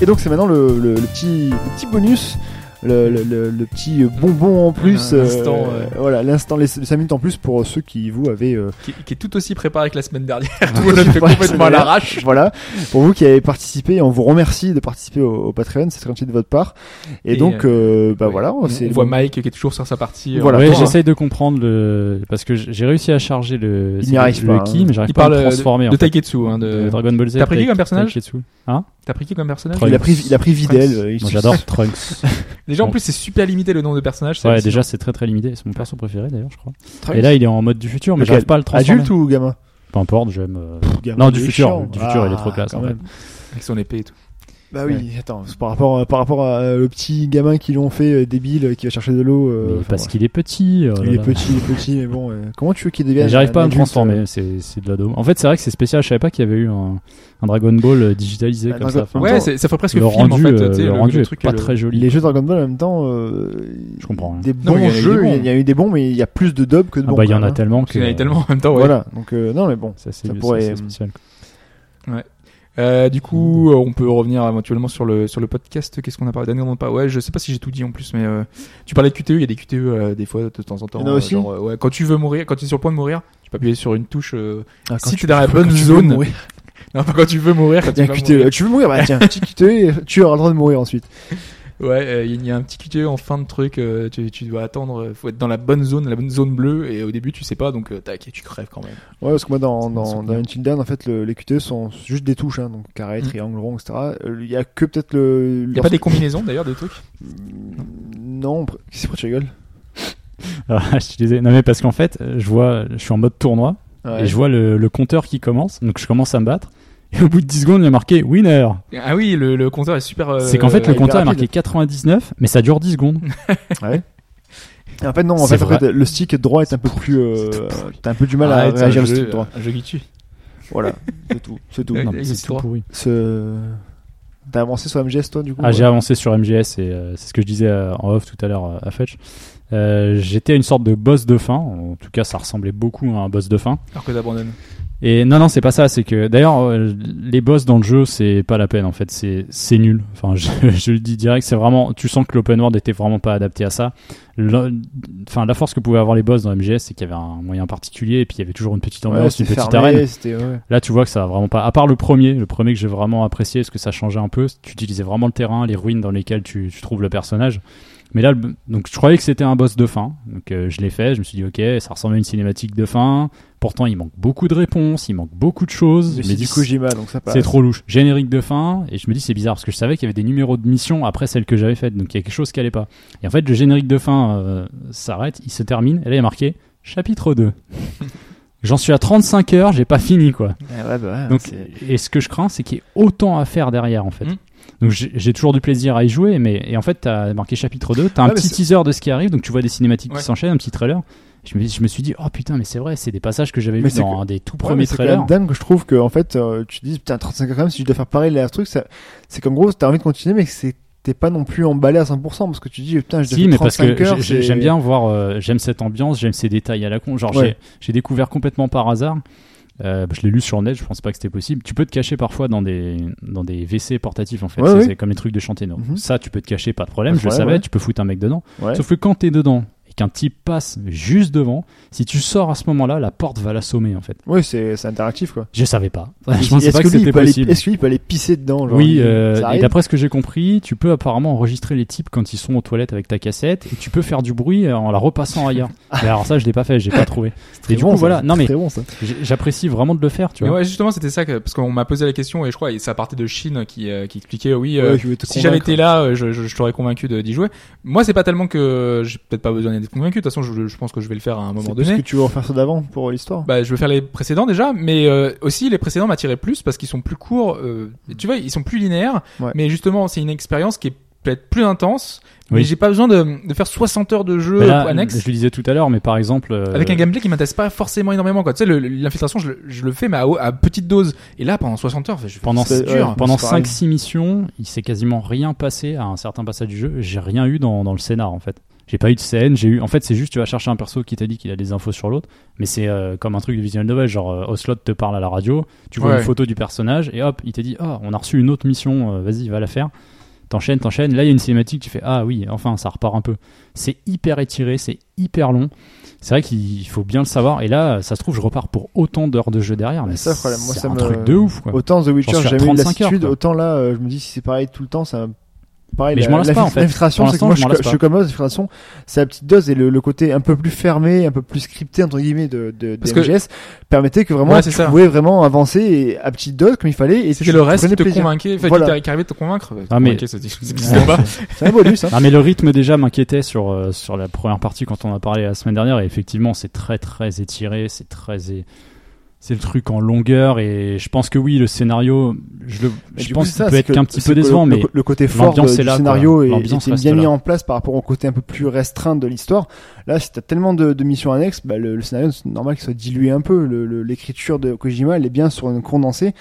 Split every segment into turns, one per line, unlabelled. Et donc c'est maintenant le, le- le petit, le petit bonus. Le, le- le- le petit bonbon en plus,
Un instant,
euh,
ouais.
voilà l'instant, les 5 minutes en plus pour ceux qui vous avez euh,
qui, qui est tout aussi préparé que la semaine dernière. Tout le fait
Ouais, c'est
complètement à
vrai.
l'arrache.
Voilà, pour vous qui avez participé, on vous remercie de participer au, au Patreon, c'est très gentil de votre part. Et,
Et,
donc, euh, bah
ouais.
voilà,
On,
c'est
on voit Mike qui est toujours sur sa partie.
Voilà,
en
ouais,
même temps, hein.
j'essaye de comprendre le parce que j'ai réussi à charger le
Il n'y
c'est
arrive
le
pas,
ki,
hein.
mais j'arrive
Il
pas à
parle
le
euh,
transformer
de
en fait.
Taiketsu. Hein, de...
De Dragon Ball Z.
T'as pris qui
Taik-
comme personnage
Taiketsu. Hein
T'as pris qui comme personnage
Trunks.
il a pris, il a pris Videl. euh, il-
Moi j'adore Trunks.
Déjà, en plus, c'est super limité le nombre de personnages. c'est Ah
ouais,
hallucinant.
déjà c'est très très limité, c'est mon perso préféré d'ailleurs, je crois. Et là il est en mode du futur, mais
Lequel
j'arrive pas à le transformer.
adulte ou gamin,
Peu importe, j'aime euh,
Gamin,
Non, du
il est
futur,
chiant.
du futur, il est trop
Ah,
classe,
quand
en fait.
même.
avec son épée et tout.
Bah oui, attends, c'est par rapport, à- par rapport à euh, le petit gamin qui l'ont fait euh, débile, euh, qui va chercher de l'eau. euh,
mais
enfin,
parce
voilà.
qu'il est petit. oh là
il est
là.
petit, il est petit, mais bon, euh, comment tu veux qu'il
Mais
devienne
J'arrive
un
pas à me
adulte, euh,
transformer, c'est c'est de la dôme. En fait, c'est vrai que c'est spécial, je savais pas qu'il y avait eu un, un Dragon Ball euh, digitalisé
Un
comme
Dragon-
ça. Enfin,
En même
Ah, Ouais,
temps,
c'est- ça ferait presque
le
film
rendu,
en fait.
euh,
tu sais,
le,
le,
rendu
le
est
truc
pas
le-
très joli.
les jeux Dragon Ball en même temps, euh,
Je comprends rien.
Des
Non,
bons
il y en a eu des
jeux,
bons.
il y a eu des bons, mais il y a plus de dubs que de
ah
bons.
bah il y
quand
en a
même, hein.
tellement
Parce
que.
qu'il
euh,
y en a tellement en même temps, Ah ouais.
Voilà, donc euh, non mais bon.
Ça, c'est
Ça
ça,
pourrait-
c'est spécial. quoi.
Euh, du coup, euh, on peut revenir éventuellement sur le sur le podcast. Qu'est-ce qu'on a parlé dernièrement pas Ouais, je sais pas si j'ai tout dit en plus, mais euh, tu parlais de QTE. Il y a des QTE euh, des fois de temps en temps.
Il y en a
euh,
aussi
genre, euh, ouais, quand tu veux mourir, quand tu es sur le point de mourir, tu peux appuyer sur une touche. euh,
Ah, quand
si
tu-
tu es dans la
quand
bonne
tu veux
zone.
mourir.
Non, pas quand tu veux mourir. Quand
Tiens,
tu vas
QTE,
mourir.
tu veux mourir Bah tiens, petit QTE, et tu auras le droit de mourir ensuite.
Ouais, euh, il y a un petit QTE en fin de truc, euh, tu, tu dois attendre, euh, faut être dans la bonne zone, la bonne zone bleue, et au début tu sais pas, donc euh, tac, et tu crèves quand même.
Ouais, parce que moi, dans,
me
dans,
souvient.
dans Until Dawn, en fait, le- les QTE sont juste des touches, hein, donc carré,
Mm.
triangle, rond, etc. Euh, Il y a que peut-être le.
Il y a pas des combinaisons d'ailleurs de trucs
Non, pr- c'est pour tu rigoles
Alors, je suis désolé. Non mais parce qu'en fait, euh, je vois, je suis en mode tournoi
Ouais.
et je vois le, le compteur qui commence, donc je commence à me battre. Et au bout de 10 secondes, il y a marqué winner.
Ah oui, le, le compteur est super. euh,
c'est qu'en fait, le
hyper
compteur est
rapide.
marqué 99, mais ça dure 10 secondes.
Et En fait, non, en
Ah C'est
fait, en
vrai.
fait, le stick droit est un peu plus. euh, T'as un peu du mal à
arrête,
réagir
un
au
jeu-
stick droit.
Un jeu qui tue.
Voilà, c'est tout. C'est tout.
Ouais.
Non,
il
mais
y a
c'est
ce
tout
droit.
pourri.
Ce- T'as avancé sur MGS toi, du coup
Ah,
ouais.
j'ai avancé sur MGS et euh, c'est ce que je disais euh, en off tout à l'heure euh, à Fetch. Euh, J'étais à une sorte de boss de fin. En tout cas, ça ressemblait beaucoup à un boss de fin.
Alors que t'abandonnes.
Et non, non, c'est pas ça. C'est que d'ailleurs, euh, les boss dans le jeu, c'est pas la peine. En fait, c'est c'est nul. Enfin, je, je le dis direct. C'est vraiment. Tu sens que l'open world était vraiment pas adapté à ça. Le- Enfin, la force que pouvaient avoir les boss dans MGS, c'est qu'il y avait un moyen particulier et puis il y avait toujours une petite
Ouais,
ambiance, une
c'était
petite
fermé,
arène.
c'était- ouais.
Là, tu vois que ça a vraiment pas. À part le premier, le premier que j'ai vraiment apprécié, parce que ça changeait un peu. Tu utilisais vraiment le terrain, les ruines dans lesquelles tu, tu trouves le personnage. Mais là, le- donc je croyais que c'était un boss de fin. Donc euh, je l'ai fait. Je me suis dit, ok, ça ressemble à une cinématique de fin. Pourtant, il manque beaucoup de réponses, il manque beaucoup de choses.
Mais
Je
c'est
me
du
dis,
Kojima, donc ça passe.
c'est trop louche. Générique de fin, et je me dis c'est bizarre parce que je savais qu'il y avait des numéros de mission après celle que j'avais faite, donc il y a quelque chose qui allait pas. Et en fait, le générique de fin euh, s'arrête, il se termine, et là il y a marqué chapitre 2. J'en suis à 35 heures, j'ai pas fini quoi.
Ah ouais, bah ouais,
Donc,
c'est- Hmm.
et ce que je crains, c'est qu'il y ait autant à faire derrière en fait.
Mm.
Donc j'ai j'ai toujours du plaisir à y jouer, mais et en fait t'as marqué chapitre 2, t'as un
Ouais, mais
petit
c'est-
teaser de ce qui arrive, donc tu vois des cinématiques
Ouais.
qui s'enchaînent, un petit trailer. Je me, je me suis dit, oh putain, mais c'est vrai, c'est des passages que j'avais
Mais
vus
c'est
dans un des tout
Ouais,
premiers
mais c'est quand
trailers.
même dingue que je trouve que en fait euh, tu te dis putain 35 heures quand même si je dois faire pareil là ce truc ça c'est qu'en gros t'as envie de continuer mais que c'est t'es pas non plus emballé à 100% parce que tu dis putain je dois
Si,
faire
mais parce
35
que
heures
j'ai- j'ai-
c'est-
j'aime bien voir, euh, j'aime cette ambiance, j'aime ces détails à la con. Genre,
Ouais.
j'ai- j'ai découvert complètement par hasard. euh, je l'ai lu sur net, je pense pas que c'était possible. Tu peux te cacher parfois dans des, dans des WC portatifs en fait,
Ouais,
c'est
ouais.
c'est comme les trucs de chantier. non.
Mhm.
Ça, tu peux te cacher, pas de problème,
Pas de
je le
problème,
savais,
ouais.
tu peux foutre un mec dedans.
Ouais.
Sauf que quand t'es dedans et qu'un type passe juste devant, si tu sors à ce moment-là, la porte va l'assommer en fait.
ouais c'est c'est interactif quoi
Je savais pas. Ah, je
Est-ce
pensais pas que,
lui, il
c'était
peut aller-
possible.
est-ce qu'il peut aller pisser dedans genre,
Oui,
il-
euh,
ça
et
arrive
d'après ce que j'ai compris, tu peux apparemment enregistrer les types quand ils sont aux toilettes avec ta cassette et tu peux faire du bruit euh, en la repassant ailleurs.
Ah.
mais alors ça, je l'ai pas fait, j'ai pas trouvé.
C'est
Et du
bon,
coup,
ça,
voilà,
c'est
non mais
très bon, ça.
j'- j'apprécie vraiment de le faire, tu
Mais
vois.
ouais, justement, c'était ça, que, parce qu'on m'a posé la question, et je crois, et ça partait de Chine qui, euh, qui expliquait, oui, euh,
Ouais, je vais te
si j'avais
convaincre.
été là, euh, je, je, je t'aurais convaincu de- d'y jouer. Moi, c'est pas tellement que j'ai peut-être pas besoin d'être convaincu, de toute façon, je, je pense que je vais le faire à un moment
c'est
donné.
parce que tu veux refaire ça d'avant pour l'histoire
Bah, je veux faire les précédents déjà, mais euh, aussi les précédents m'attiraient plus parce qu'ils sont plus courts. euh, tu vois, ils sont plus linéaires,
Ouais.
mais justement, c'est une expérience qui est peut-être plus intense. Mais
Oui.
j'ai pas besoin de, de faire 60 heures de jeu
Mais là,
annexe
je euh, le disais tout à l'heure, mais par exemple, euh,
avec un gameplay qui m'intéresse pas forcément énormément. Quoi. Tu sais, le- le- l'infiltration, je, le- je le fais mais à, haut- à petite dose. Et là, pendant 60 heures, je
pendant,
C'est-
dur.
ouais.
pendant
c'est pareil.
5-6 missions, il s'est quasiment rien passé à un certain passage du jeu. J'ai rien eu dans, dans le scénar en fait. J'ai pas eu de scène, j'ai eu. En fait, c'est juste tu vas chercher un perso qui t'a dit qu'il a des infos sur l'autre, mais c'est euh, comme un truc de visual novel, genre euh, Ocelot te parle à la radio, tu vois
Ouais.
une photo du personnage et hop, il t'a dit ah on a reçu une autre mission, euh, vas-y va la faire. T'enchaînes, t'enchaînes. Là, il y a une cinématique, tu fais ah oui, enfin ça repart un peu. C'est hyper étiré, c'est hyper long. C'est vrai qu'il faut bien le savoir. Et là, ça se trouve, je repars pour autant d'heures de jeu derrière. Mais
Mais ça,
c'est
problème, moi, ça
un
me-
truc de ouf. Quoi.
Autant The Witcher,
suis à
j'ai jamais eu de
35 heures,
lassitude,
quoi.
autant là, euh, je me dis si c'est pareil tout le temps, ça. Pareil,
Mais je
la-
m'en lasse
la-
pas, en fait.
L'infiltration,
Pour
c'est que
l'instant,
moi,
je
je,
m'en
suis-
lasse
je suis comme eux, l'infiltration, c'est la petite dose et le, le côté un peu plus fermé, un peu plus scripté, entre guillemets, de, de,
Parce
de
que-
MGS, permettait que vraiment,
Ouais, c'est
tu
ça.
pouvais vraiment avancer et, à petite dose, comme il fallait, et
C'est
tu
que le reste
prenais
te
plaisir.
convainquait, enfin,
Voilà.
qui t'arrivait à te convaincre.
Ah, mais-
Convainquer, ça dit- ça existe pas.
C'est un bonus, hein.
Non, mais le rythme déjà m'inquiétait sur, euh, sur la première partie quand on a parlé la semaine dernière. Et effectivement, c'est très très étiré, c'est très. é- C'est le truc en longueur. Et je pense que oui, le scénario, je, le,
Mais
je
du
pense
coup,
qu'il
ça,
peut
c'est
être
que
qu'un
le-
petit
c'est
peu
que le-
décevant,
le,
mais.
le côté fort de-
l'ambiance
du
est là,
scénario
quoi.
est-
L'ambiance
était
reste
bien mis
là.
en place par rapport au côté un peu plus restreint de l'histoire. Là, si t'as tellement de, de missions annexes, bah, le, le scénario, c'est normal qu'il soit dilué un peu. Le- le- L'écriture de Kojima, elle est bien sur une condensée.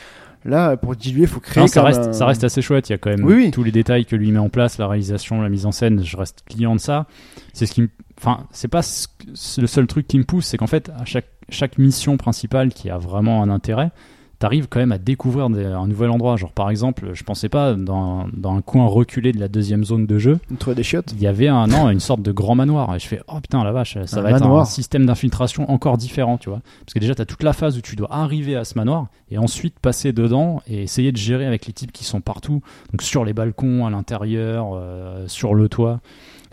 Là, pour diluer, faut créer.
Non, ça,
comme
reste,
un-
ça reste assez chouette. Il y a quand même
Oui, oui.
tous les détails que lui met en place, la réalisation, la mise en scène. Je reste client de ça. C'est ce qui, me- enfin, c'est pas ce- c'est le seul truc qui me pousse, c'est qu'en fait, à chaque chaque mission principale qui a vraiment un intérêt, t'arrives quand même à découvrir des- un nouvel endroit. Genre par exemple, je pensais pas dans dans un coin reculé de la deuxième zone de jeu,
Une tour des chiottes.
il y avait un an une sorte de grand manoir et je fais oh putain la vache ça
Un
va être un
manoir.
système d'infiltration encore différent tu vois parce que déjà t'as toute la phase où tu dois arriver à ce manoir et ensuite passer dedans et essayer de gérer avec les types qui sont partout donc sur les balcons à l'intérieur euh, sur le toit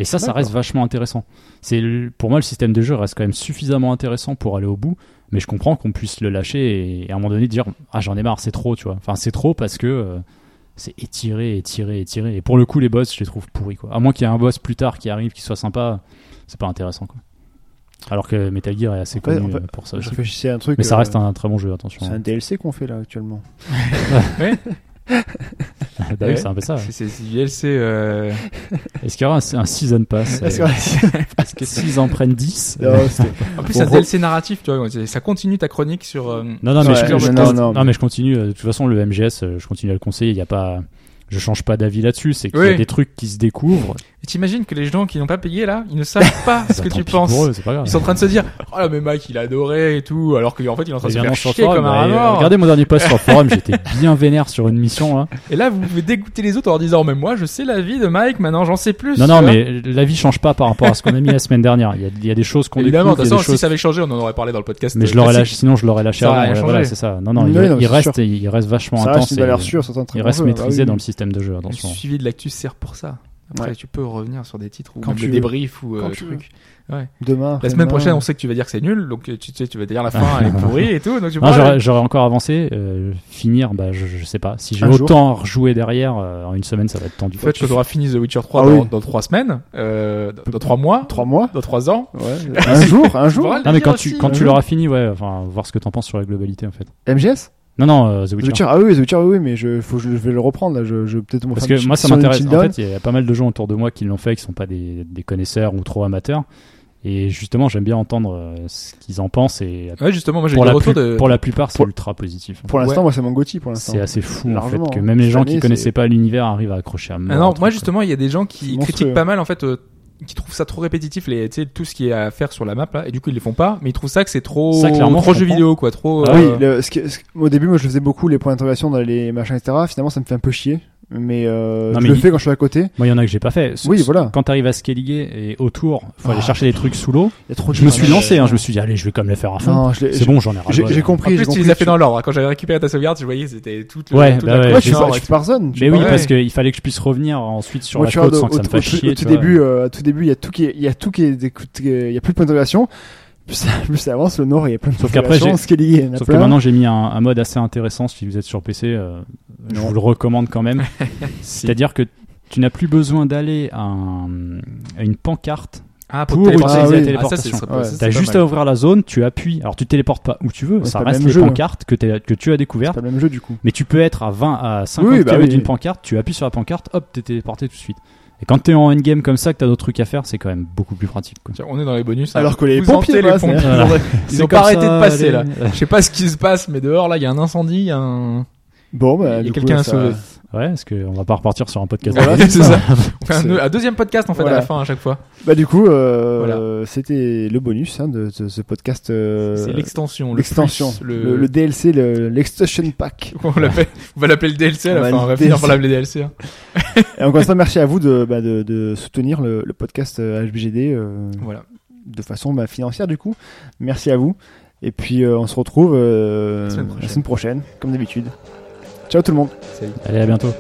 et ça ça
D'accord.
reste vachement intéressant c'est le- pour moi le système de jeu reste quand même suffisamment intéressant pour aller au bout mais je comprends qu'on puisse le lâcher et, et à un moment donné dire ah j'en ai marre c'est trop tu vois enfin c'est trop parce que euh, c'est étiré étiré étiré et pour le coup les boss je les trouve pourris quoi à moins qu'il y ait un boss plus tard qui arrive qui soit sympa c'est pas intéressant quoi alors que Metal Gear est assez
En fait,
connu
en fait,
euh, pour ça
Je
aussi
réfléchissais à un truc.
mais ça
euh,
reste un, très bon jeu attention hein.
C'est un DLC qu'on fait là actuellement.
Bah oui, c'est un peu ça ouais.
C'est- C'est c'est du LC, euh,
est-ce qu'il y aura un, un season pass
Parce
euh, est-ce que s'ils en prennent 10 euh,
Ah, Non, c'était-
En plus,
Bon,
c'est un
re-
DLC narratif, tu vois. c'est- Ça continue ta chronique sur. euh,
Non, non, mais,
Ouais,
je,
mais
je-
non,
je-
non,
non, mais je continue. euh, De toute façon, le MGS, euh, je continue à le conseiller. Il y a pas, je change pas d'avis là-dessus. C'est qu'il y a
Oui.
des trucs qui se découvrent.
Et T'imagines que les gens qui n'ont pas payé là, ils ne savent pas ce
Bah,
que
tant
tu
pis
penses.
pour eux, c'est pas grave.
Ils sont en train de se dire Oh là, mais Mike, il adorait et tout, alors qu'en fait, il est en train de se
Évidemment,
faire
sur le
chier
forum,
comme un
et, euh,
rat mort.
Regardez mon dernier post sur le forum. J'étais bien vénère sur une mission. Hein.
Et là, vous pouvez dégoûter les autres en disant Mais moi, je sais la vie de Mike, maintenant, j'en sais plus. Hein
Non,
tu
non,
vois.
mais l'avis change pas par rapport à ce qu'on a mis la semaine dernière. Il y a, il y a des choses qu'on
Évidemment,
découvre.
de toute
il y a
façon,
des
si
choses...
ça avait changé, on en aurait parlé dans le podcast.
Mais je
euh,
l'aurais lâché.
classique.
Sinon, je l'aurais lâché.
Ça aurait
avant,
rien
ouais,
changé.
Voilà, c'est ça. Non, non,
Oui,
il,
non,
il
mais c'est
reste,
sûr.
il reste vachement
Ça
intense.
reste une
et
valeur sûre sur certains
il
bah
reste maîtrisé dans le système de jeu. Attention.
Le suivi de l'actu sert pour ça. Après,
Ouais.
tu peux revenir sur des titres ou
Quand
même
tu
des
veux.
débriefs ou
Quand
euh,
tu veux.
trucs.
Demain.
La
après-demain.
semaine prochaine, on sait que tu vas dire que c'est nul, donc euh, tu, tu, tu vas dire la fin, elle est pourrie et tout. Donc tu
Non,
vois,
j'aurais, j'aurais encore avancé. euh, finir, bah, je, je sais pas. Si j'ai
Un jour.
autant à rejouer derrière, euh, en une semaine, ça va être tendu.
En fait, quand on aura fini The Witcher 3
Ah
dans,
oui.
dans 3 semaines, euh, dans- dans 3 mois,
Trois mois.
dans 3 ans.
Ouais. Un jour, un jour. hein.
Voilà,
Non, mais
dire
quand tu,
aussi, euh,
quand
un
tu
jour.
l'auras fini, ouais, enfin, voir ce que t'en penses sur la globalité, en fait.
MGS.
Non, non, euh, The
The
Witcher.
Witcher. Ah oui, The Witcher, oui, oui, mais je, faut, je vais le reprendre là. Je, je peut-être. me
Parce
faire un
que
petit-
moi, ça
sur une
m'intéresse.
petite
En
date.
fait, il y a pas mal de gens autour de moi qui l'ont fait, qui sont pas des, des connaisseurs ou trop amateurs. Et justement, j'aime bien entendre euh, ce qu'ils en pensent. Et
Ouais, justement, moi j'ai eu
pour
le
la,
retour
plus-
de.
pour la plupart, c'est
Pour-
ultra positif.
Pour l'instant,
Ouais.
moi, c'est mon Gotti pour l'instant.
C'est assez fou, en fait,
largement,
que
hein.
même les
Cette
gens qui
année,
connaissaient
c'est-
pas l'univers arrivent à accrocher à mort
Ah
au
non,
truc,
moi
quoi.
justement, il y a des gens
C'est
qui
monstrueux.
critiquent pas mal en fait, euh, qui trouvent ça trop répétitif, les, tu sais, tout ce qui est à faire sur la map là, et du coup ils les font pas, mais ils trouvent ça que c'est trop,
Ça, clairement,
trop
je
jeu
comprends.
vidéo quoi, trop.
Ah
euh,
Oui, le- ce que- ce que- au début, moi, je faisais beaucoup les points d'interrogation dans les machins, etc. Finalement, ça me fait un peu chier. Mais, euh,
Non,
je
mais
le
il-
fais quand je suis à côté.
Moi, il y en a que j'ai pas fait. Ce-
Oui,
ce-
voilà.
Quand t'arrives à Skellige et autour, faut aller
Ah.
chercher des trucs sous l'eau.
Il y a trop de
Je me
gens.
suis lancé, hein, je me suis dit, allez, je vais quand même le faire à fond.
Non, je l'ai-
C'est bon, j'en ai
J'ai
ras-le-bol.
j'ai
En
compris.
plus,
j'ai
tu
compris.
les as fait dans l'ordre. hein. Quand j'avais récupéré ta sauvegarde, je voyais c'était toute, le-
Ouais,
toute
bah
la
ouais,
Moi,
couleur
je suis,
du
par,
genre,
je
et
suis par zone. je
Mais
suis
oui,
par-
Ouais.
parce qu'il fallait que je puisse revenir ensuite sur
Moi,
la
je suis
côte
au-
sans que ça
au-
me
au-
fasse chier.
Au tout
tu vois.
début, euh, au tout début, il y a tout qui, est- il y a tout qui est, des coups de- il y a plus de points d'interrogation. Plus ça, plus ça avance, le nord, il y a plein de
Sauf qu'après, j'ai-
ce qui est lié, il y en a
Sauf que
plein.
maintenant j'ai mis un, un mode assez intéressant si vous êtes sur PC, euh, je
Non.
vous le recommande quand même.
Si.
C'est-à-dire que tu n'as plus besoin d'aller à, un- à une pancarte.
Ah,
pour
te téléporter.
utiliser la
Ah, ça,
téléportation.
c'est- ça,
Ouais.
ça, c'est
T'as
pas
juste
mal.
à ouvrir la zone, tu appuies. Alors tu téléportes pas où tu veux,
Ouais, c'est
ça
pas le
reste
même
les
jeu, hein.
pancartes que, t'es- que tu as
C'est
découvertes.
pas le même jeu, du coup.
Mais tu peux être à 20 à 50
Oui, bah
km
oui,
d'une
oui.
pancarte, tu appuies sur la pancarte, hop, t'es téléporté tout de suite. Et quand t'es en endgame comme ça, que t'as d'autres trucs à faire, c'est quand même beaucoup plus pratique. quoi.
Tiens, On est dans les bonus. hein.
Alors que les
Vous
pompiers,
sentez les
passent,
pompiers.
hein.
Voilà.
Ils
C'est
ont
comme
pas arrêté
ça,
de passer
les-
là. Je sais pas ce qui se passe, mais dehors là, il y a un incendie, il y a un.
Bon,
Il y a
bah, du coup,
quelqu'un à
ça-
sauver.
Ouais, parce qu'on va pas repartir sur un podcast.
Voilà,
de-
c'est ça. On fait
C'est-
un, un deuxième podcast en fait à
Voilà.
la fin à chaque fois.
Bah du coup, euh, c'était le bonus hein, de ce, ce podcast. euh,
c'est l'extension, le
l'extension,
plus,
le, le DLC, le- l'extension pack.
On, l'appelle- on va l'appeler le DLC à la
On va
fin, on
le
va finir par
DLC.
l'appeler DLC. hein.
Et encore une fois, merci à vous de, bah, de, de soutenir le, le podcast euh, HBGD euh,
Voilà.
de façon bah, financière du coup. Merci à vous. Et puis euh, on se retrouve euh,
La semaine prochaine.
la semaine prochaine, comme d'habitude. Ciao tout le monde.
Salut.
Allez, à bientôt.